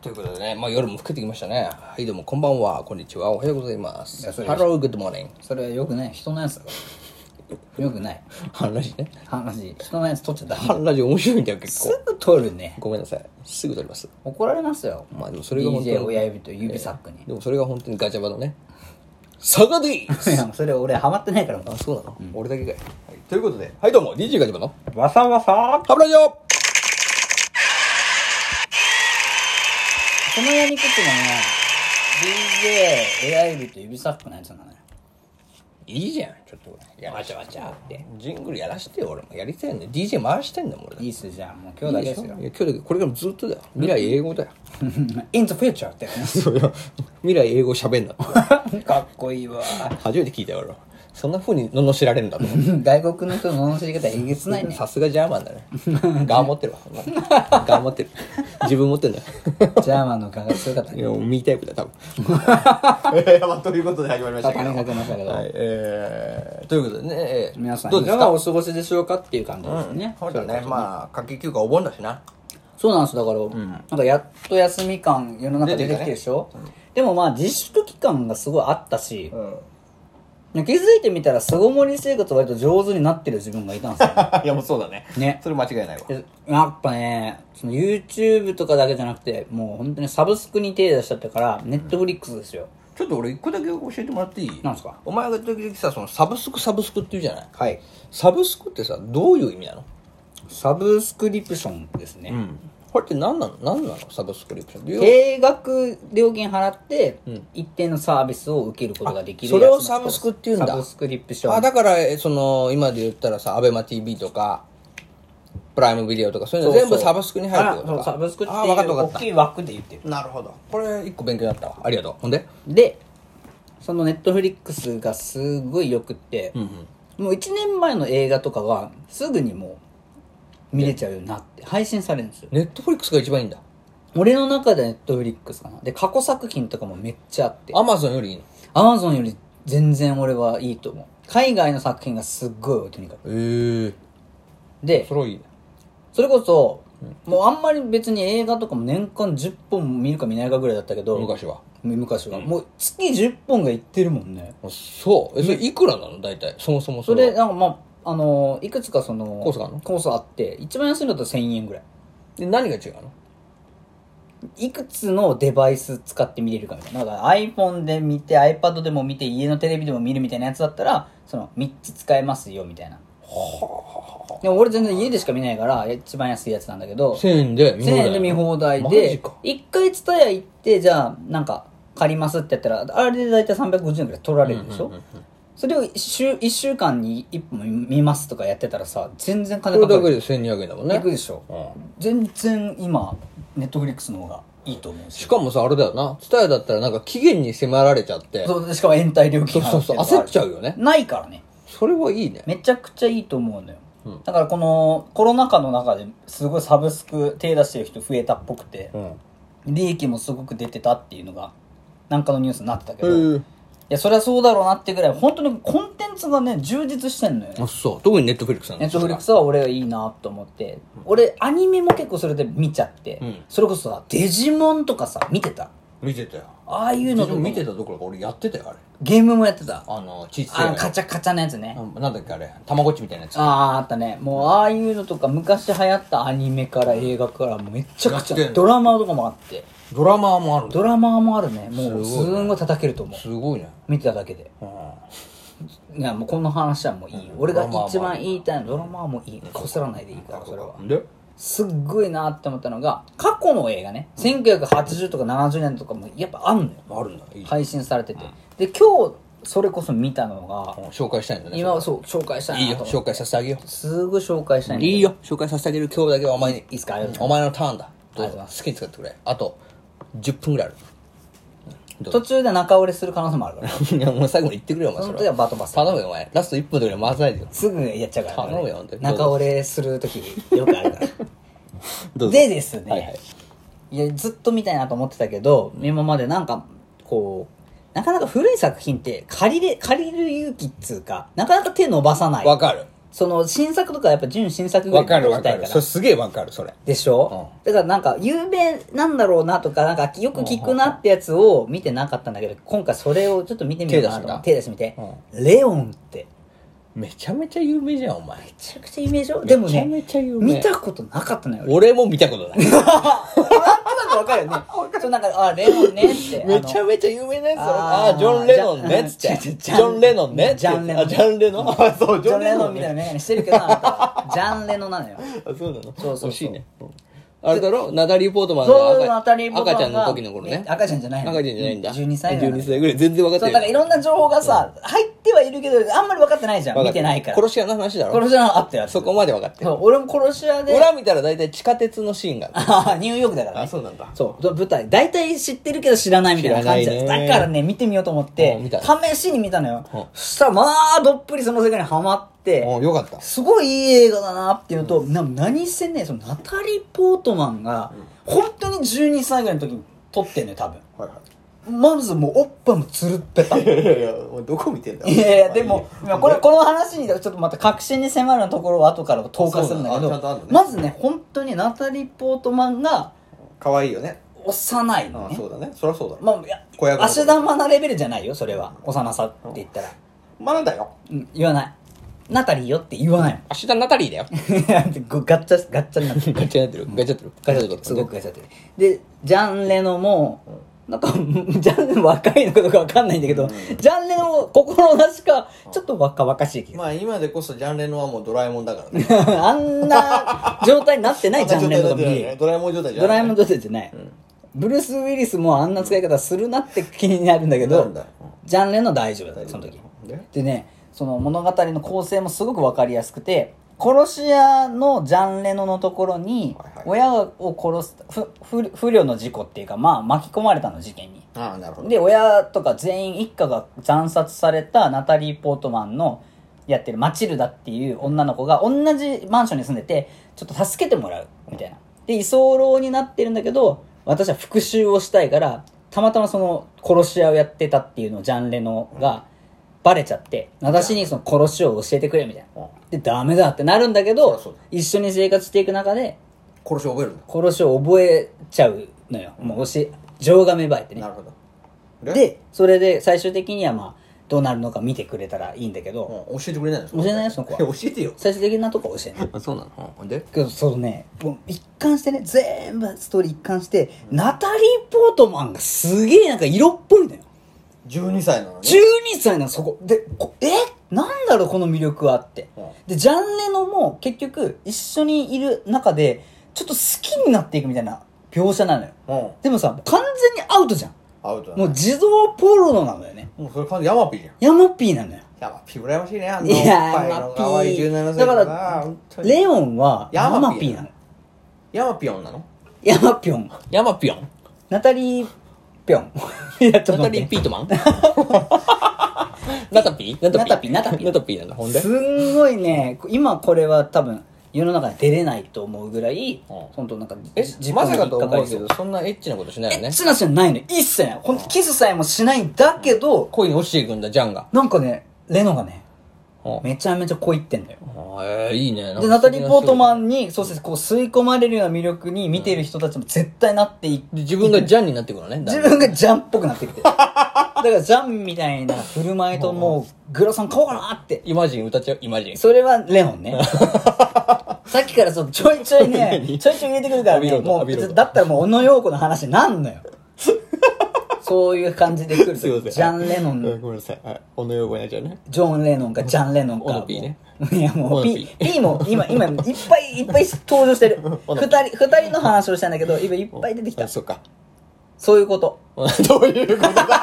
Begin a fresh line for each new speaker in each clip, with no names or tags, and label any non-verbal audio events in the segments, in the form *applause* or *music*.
ということでね、まあ、夜も更けてきましたね。はい、どうも、こんばんは、こんにちは、おはようございます。
いやそれ
Hello, good morning.
それはよくない人のやつだからよくない
ハンラジね。
話人のやつ取っちゃダメ
ハンラジ面白いんだよ、結
す
構。
ぐ取るね
ごめんなさい。すぐ撮ります。
怒られますよ
まあ、でもそれが本当
DJ
に。
親指と指サックに、
でもそれが本当にガチャバのね。サガディー
いやそれ俺ハマってないからも
あ、そうなの、俺だけかい,、はい。ということで、はい、どうも、DJ ガチャバの
うわさわさ
ハブラジオ
このやり口もね DJ 親指と指サックのやつなのよ
いいじゃん、ちょっと。や
わ
らし
ちゃわちゃって
ジングルやらしてよ、俺も。やりたいんだよ。DJ 回してんだもん、俺だって
いいっすじゃあもう今日だけですよ
いや今日だけこれからもずっとだよ未来英語だよ
*laughs* In the future ってね
そうよ未来英語喋んなって
*laughs* かっこいいわ
初めて聞いたよ俺はそんなふうに罵られるんだと思っ
外国の人の罵り方えげつない
て
ね
さすがジャーマンだねガー持 *laughs* ってるわガー持ってる自分持ってんだ *laughs* よ
ジャーマンの感が *laughs* 強かった
い
ね
やもうミータイプだよ多分 *laughs* えーまあということで始まりましたけど
畳みかけましたけど、
はいえーということでねえー
皆さ
どうん
い
で
か
す
が
か
お過ごしでしょうかっていう感じですね、
そうだねまあ夏季休暇お盆だしな
そうなんですだから、なんかやっと休み感世の中出てきてるでしょ、でもまあ自粛期間がすごいあったし、気づいてみたら巣ごもり生活割と上手になってる自分がいたんですよ
*laughs* *laughs* いやもうそうだね
ね
それ間違いないわ
でやっぱねその YouTube とかだけじゃなくてもう本当にサブスクに手出しちゃったから Netflix ですよ
ちょっと俺一個だけ教えてもらっていい
なんですか
お前が時々さそのサブスクサブスクって言うじゃない
はい
サブスクってさどういう意味なの
サブスクリプションですね、
んこれって何なの何なのサブスクリプションっていう
定額料金払って、一定のサービスを受けることができる
それを
やつのことで
サブ
す
スクって言うんだ
サブスクリプション
あだからえその今で言ったらさアベマ t v とかプライムビデオとかそういうの全部サブスクに入るってことか
あそうサブスクっていう
あ分かった分
大
かっ
きい枠で言ってる
たなるほどこれ一個勉強になったわありがとうほんで
でそのネットフリックスがすごいよくって、もう1年前の映画とかがすぐにもう見れちゃうようになって配信されるんですよ
ネットフリックスが一番いいんだ
俺の中でネットフリックスかなで過去作品とかもめっちゃあって
アマゾンよりいいの
アマゾンより全然俺はいいと思う海外の作品がすっごい多いとにかく
え
で
それはいいね
それこそ、もうあんまり別に映画とかも年間10本見るか見ないかぐらいだったけど
昔は
昔は、もう月10本がいってるもんね
あそうえそれいくらなの大体そもそも
そ
そ
れ
れは
なんかまああのーいくつかその
コースがあんの
コースあって一番安いのだと1000円ぐらい
で何が違うの
いくつのデバイス使って見れるかみたいなだから iPhone で見て iPad でも見て家のテレビでも見るみたいなやつだったらその3つ使えますよみたいなでも俺全然家でしか見ないから一番安いやつなんだけど
1000円で
1000円で見放題
マジ
で
か
1回蔦屋行ってじゃあなんか借りますってやったらあれで大体350円ぐらい取られるでしょ、それを1週 ,1 週間に1本見ますとかやってたらさ全然金
これ
かか
だけで
る
1200円だもん
い
ね
くでしょ、
う
全然今ネットフリックスの方がいいと思うし
しかもさあれだよな蔦屋だったらなんか期限に迫られちゃって
そうしかも延滞料金払
そうそうそう焦っちゃうよね
ないからね
それはいいね
めちゃくちゃいいと思うのよ、だからこのコロナ禍の中ですごいサブスク手出してる人増えたっぽくて、
ん
利益もすごく出てたっていうのがなんかのニュースになってたけど、い
へ
やそりゃそうだろうなってぐらい本当にコンテンツがね充実してんのよ
え
ね
あそう特にネットフリックスなん
ネ
だ
ットフリックスは俺はいいなと思って、俺アニメも結構それで見ちゃって、
ん
それこそさデジモンとかさ見てた
見てたよ
ああいう
で
のとか
も
も
見てたどころか俺やってたよあれ
ゲームもやってた
あのちっち
あ
ゃ
のカ
い
チャカチャのやつね、
うんなんだっけあれたまごっちみたいなやつ
あああったねもうああいうのとか昔流行ったアニメから映画からもうめっちゃくち
やってん
ゃ
の
ドラマとかもあって
ドラマーもあるんだ
ドラマーもあるねもうす
すごいね
んごい叩けると思う
すごいね
見てただけでいやもうこの話はもういいよ俺が一番言いたいのドラマーもいいこすらないでいいからそれは
うんです
っごいなって思ったのが過去の映画ね1980とか70年とかもやっぱあんのよ
あるんだいい
配信されててで今日それこそ見たの
う
が
ん紹介したいんだね
今そう紹介した
い
い
い
な
よ
と思って
紹介させてあげよ
すぐ紹介したいん
う
だけど
いいよ紹介させてあげる今日だけはお前に
いいっすかありがとうございます
お前のターンだどうぞ
ありがとうござい
好
ます
きに使ってくれあと10分ぐらいある
途中で中折れする可能性もあるから。
いや、もう最後に言ってくれよ、お前。
その
れ
時はバトバス
頼むよ、お前。ラスト1分とかに回さないでよ。
すぐやっちゃうから、
頼むよ本当に
中折れする時よくあ
*laughs*
るから。
どうぞ
でですね、
はいいはい。
や、ずっと見たいなと思ってたけど、今までなんか、こう、なかなか古い作品って借りれ、借りる勇気っつうか、なかなか手伸ばさない。
わかる。
その新作とかやっぱ純新作ぐ
わ
らいに
かる
出
わ
した
か
い
る。
ら
それすげえわかる、それ。
でしょ、だからなんか有名なんだろうなとかなんかよく聞くなってやつを見てなかったんだけど今回それをちょっと見てみようかなと思って手出してみて、レオンって
めちゃめちゃ有名じゃん、お前。
めちゃくちゃ有名でしょでもね
めちゃめちゃ有名
見たことなかったのよ俺
俺も見たことない。
なんとな *laughs* くわかるよねそうなんかあレオンねって
めち
あ
ゃ
の
めちゃ有名なやつだろ
あー
あー、ジョン・レノンねっつっ
ジャ
て。
ン
ジ
ジャン
ョン・レノンねっつって。
ジャンレノン
あジャン・レノン。あ、そう、
ジョン・レノンみた
ね
いなメガネしてるけどあなた *laughs* はジャンレノなのよ
あ、そうなの
そうそうそう
惜しいね。うんあれだろナタリー・ポートマン
そう
の
いうの当
赤
た
い
り
赤ちゃんの時の頃ね。
赤ちゃんじゃないの
赤ちゃんじゃないんだ。
12歳な
12
の
歳ぐらい。全然分か
そ
っ
う
て
だから
ないい。
ろんな情報がさ、入ってはいるけどあんまり分かってないじゃん見てないから
殺し屋の話だろ
殺し屋のあったやつ
そこまで分かってる。
そう俺も殺し屋で
裏見たら大体地下鉄のシーンがある。
あーニューヨークだからね
あそうなんだ
そうだ舞台大体知ってるけど知らないみたいな感じだ
知らないね
だからね見てみようと思って
うん見た
試しに見たのよ
うん
そしたらまあどっぷりその世界にはまって
およかった。
すごいいい映画だなっていうのと、な何せねそのナタリー・ポートマンが本当に12歳ぐらいの時に撮ってんのよ多分
はいは
まずもうおっぱいもつるっぺ
*laughs*
た
い。いやいやいや、どこ見てんだ
いやいや、でも、まあこれ、この話に、ちょっとまた確信に迫るところは後から投下するんだけ
あそうなんだあちゃんとあ
ど
るの、ね
まずね、本当にナタリー・ポートマンが
可愛いよね。
幼いのね。
うだね。そりゃそうだ
まあいや、
子役の
足玉なレベルじゃないよ、それは。幼さって言ったら。
まあなんだよ。
うん、言わない。ナタリーよって言わない
明日ナタリーだよ。
も
*laughs*
ん。ごガッチャ、ガッチャになってる。
ガチャやってる。ガチャやってる。ガチャやってる。
すごくガチャってる。で、ジャンレノも、なんか、ジ *laughs* ャンレノ若いのかどうかわかんないんだけど、ジャンレノ心なしか、ちょっと若々しい気がする
まあ今でこそジャンレノはもうドラえもんだからね。
あんな状態になってないじゃん、レ
*laughs*
ノに。
ドラえもん状態じゃ
ド
ん。
ラえもん
状
状態じゃない。ブルース・ウィリスもあんな使い方するなって気になるんだけ
な
ど
るんだうん、
ジャンレノ大丈夫だった、その時。
で
でね、その物語の構成もすごくわかりやすくて、殺し屋のジャンレノのところに
はいはい、
親を殺すふ不、不慮の事故っていうか、まあ巻き込まれたの、事件に。
ああ、なるほど。
で、親とか全員一家が惨殺されたナタリー・ポートマンのやってるマチルダっていう女の子が同じマンションに住んでて、ちょっと助けてもらう、みたいな。で、居候になってるんだけど、私は復讐をしたいから、たまたまその殺し屋をやってたっていうのをジャンレノがバレちゃって、私にその殺しを教えてくれ、みたいな。で、ダメだってなるんだけ
そり
ど
ゃそうだ、
一緒に生活していく中で、
殺し覚えるんだ。
殺しを覚えちゃうのよ。もう教え、情が芽生えてね
な。るほど。で、
で、それで最終的にはまあ、どうなるのか見てくれたらいいんだけど、
うん教えてくれないの
教えないよその子は
教えてよ。
最終的なとこは教えない。
あ、そうなのうんで
けど、そのね、もう一貫してね、全部ストーリー一貫して、ナタリー・ポートマンがすげえなんか色っぽいのよ。
?12 歳なのに。
12歳なの、そこ。で、こえなんだろう、この魅力はって
うん。
で、ジャンレノも結局、一緒にいる中で、ちょっと好きになっていくみたいな描写なのよ。
うん。
でもさ、完全にアウトじゃん。
アウトだ
もう
ね。
自動ポロノなのよね。
もうそれ完全にヤマピーじゃん。
ヤマピーなのよ。
ヤマピー羨ましいね。あの
いや
おっぱい
ヤ
の
マピ
可愛い
ー
17歳
だか
な
ら
本当に
レオンはヤ
ヤマ
マ
ピ
ピ
ー
ーなの
ヤマピョンなの
ヤマピョン
ヤマピョン
ナタリーピョン *laughs* いやちょ
ナタ
っと待
リ
っ
ー・
て
ピート *laughs* マンナタピー
ナタピーナタピ
ナ
ー
タピーなんだ。ほんです
んごいね今これは多分世の中に出れないと思うぐらい
うん
本当なんか
え
じ、
まさかと
引っか
思
り
う
そ
けど、そんなエッチなことしないよ
エッ
ね。
チな人じゃないのよ一切ない本当キスさえもしないんだけど
恋に落ちていくんだ、ジャンが。
なんかねレノがね
うん
めちゃめちゃ恋ってんだよ
あえーいいね。
でナタリー・ポートマ
ン。
ンにそうですこう吸い込まれるような魅力に見てる人たちも絶対なっていく
で自分がジャンになってくるのね。
*laughs* 自分がジャンっぽくなってきて。だからジャンみたいな振る舞いともう、グロさん買おうかなって。
イマジン歌っちゃう、イマジン。
それはレオ
*laughs*
ンね。さっきからそうちょいちょいね、ちょいちょい入れてくるから
浴び
ね、
ろと
も
浴びろ
う、
と
だったらもう小野洋子の話にな
*laughs*
んのよ。そういう感じで来る
すいませ
と、
ん
ジャン・レノ
うん
ン、
ごめんなさい。はい。小野洋子になっちゃうね。
ジョン・レノンかジャン・レノン
オ
か
ノ。ピーね
もういやもう、
オノピ
ピ
ー
ーも今、今、いっぱいいっぱい登場してる。
*laughs* オノ
二人、二人の話をしたんだけど、今いっぱい出てきた
あ。そっか。 *laughs*
そういうこと。
どういうことだ
だ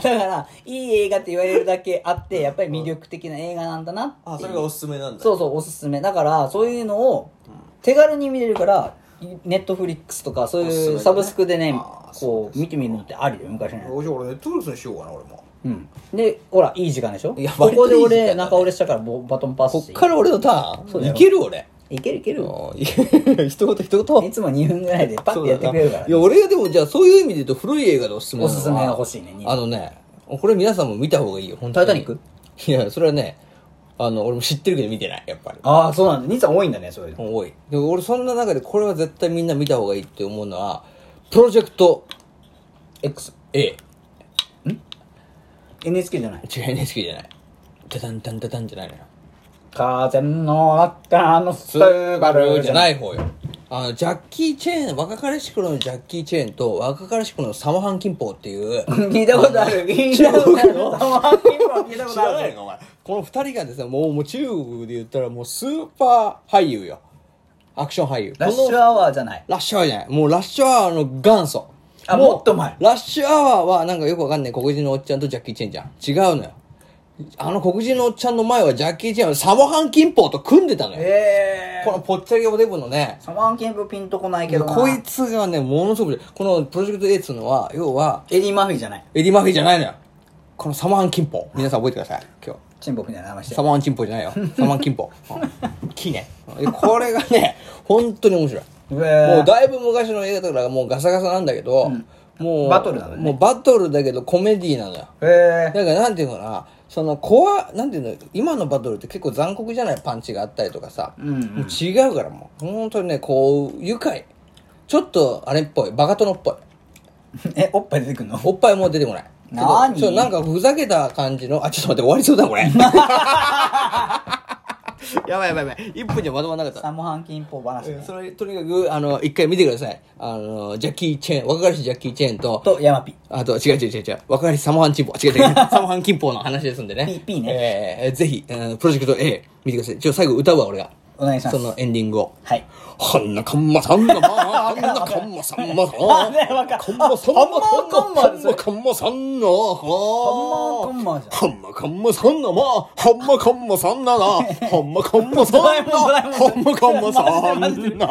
から、いい映画って言われるだけあって、やっぱり魅力的な映画なんだなっていう。
おすすめなん
そうそう、おすすめ。だから、そういうのを手軽に見れるから、ネットフリックスとか、そう
おすすめ
い
だ
う
ね
サブスクでね
あ、ー
こう、見てみるのってありだよ、昔のや
じゃあ俺、ネットフリックスにしようかな、俺も。
つ。うん。で、ほら、いい時間でしょ
いや
ここ
割
で
といい時間だ
俺、
ね
中折れしたから、ボバトンパス
こ
し。
ってから俺のタ
そう
ー
だ
ンい
よ
ける俺。
いけるいける。
あーい *laughs* 一言一言。
いつも2分ぐらいでパッてやってくれるから
い。や、俺がでも、じゃあそういう意味で言うと、古い映画でおすすめなのは
おすすめが欲しいね
あのね、これ皆さんも見た方がいいよ、本当に
タイタニック
いや、それはね、あの、俺も知ってるけど見てない、やっぱり。
ああ、そうなんだ。兄さん多いんだね、そういうの。
多い。でも俺そんな中でこれは絶対みんな見た方がいいって思うのは、プロジェクト
X。
A。
NHK じゃない。
違う NHK じゃない。ダダンダンダダンじゃないのよ。
風の中のスバル
じゃない方よ。あの、ジャッキー・チェーン、若かりし頃のジャッキー・チェーンと若かりし頃のサモハン・キンポーっていう、
*laughs* 聞いたことあ
*laughs*
る。聞いたことある。 *laughs* 聞いたこ
知
とあ
ら
る
ないのかお前この二人がですねもうもう中国で言ったらもうスーパー俳優よアクション俳優
ラッシ
こ
ュ
の
アワーじゃない。
ラッシュアワーじゃないもうラッシュアワーの元祖
あ、もっと前。
ラッシュアワーはなんかよくわかんない黒人のおっちゃんとジャッキー・チェンじゃん違うのよあの黒人のおっちゃんの前はジャッキー・チェンはサモハン・キンポーと組んでたのよ
え
このぽっちゃりおデブのね
サマーキングピンとこないけどな。
こいつがねものすごくこのプロジェクト A っつうのは要は
エディ・マフィーじゃない。
エディ・マフィーじゃないのよこのサモハン・キンポー皆さん覚えてください今日
チンボクみたいな名前して
サ。マワンチンポじ
*laughs*
ゃないよ。サマワンキンポ。キね。これがね、本当に面白い。
う
も
え
うだいぶ昔の映画だからもうガサガサなんだけど、もう、
バトルなのね
もうバトルだけどコメディなのよ。
ー。え
だからなんていうのかな、その怖、なんていうの、今のバトルって結構残酷じゃないパンチがあったりとかさ。
うんうん
もう違うからもう、本当にね、こう、愉快。ちょっとあれっぽい、バカ殿っぽい。
ー。え、おっぱい出てくんの
おっぱいも出てこない。
なに
そう、なんかふざけた感じの、あ、ちょっと待って、終わりそうだ、これ。 *laughs* やばいやばいやばい。1分じゃまとまらなかった。
サモハンキンポ話ね。
それ、とにかく、あの、一回見てください。あの、ジャッキー・チェーン、若かりしジャッキー・チェーンと、
と、ヤマピ。
あと、違う違う違う違う、若かりしサモハン・チンポ、違う違う、 *laughs* サモハン・キンポの話ですんでね。
P- P
ね。えー、ぜひ、あのプロジェクト A、見てください。ちょ、最後歌うわ、俺が。
お願いしま
そ
す。
のエンディングを。
はい。
はんなかんまさんがまあ、はんなかんまさんまさん。
あねわかる
かんまさんま
はんまかんま
はんまかんまさんな。は
はんまかんまじ
はんまかんまさんなまあ、はんまかんまさんなな。はんまかんまさんな。
ドラえもんドラえもん
はんまかんまさんな。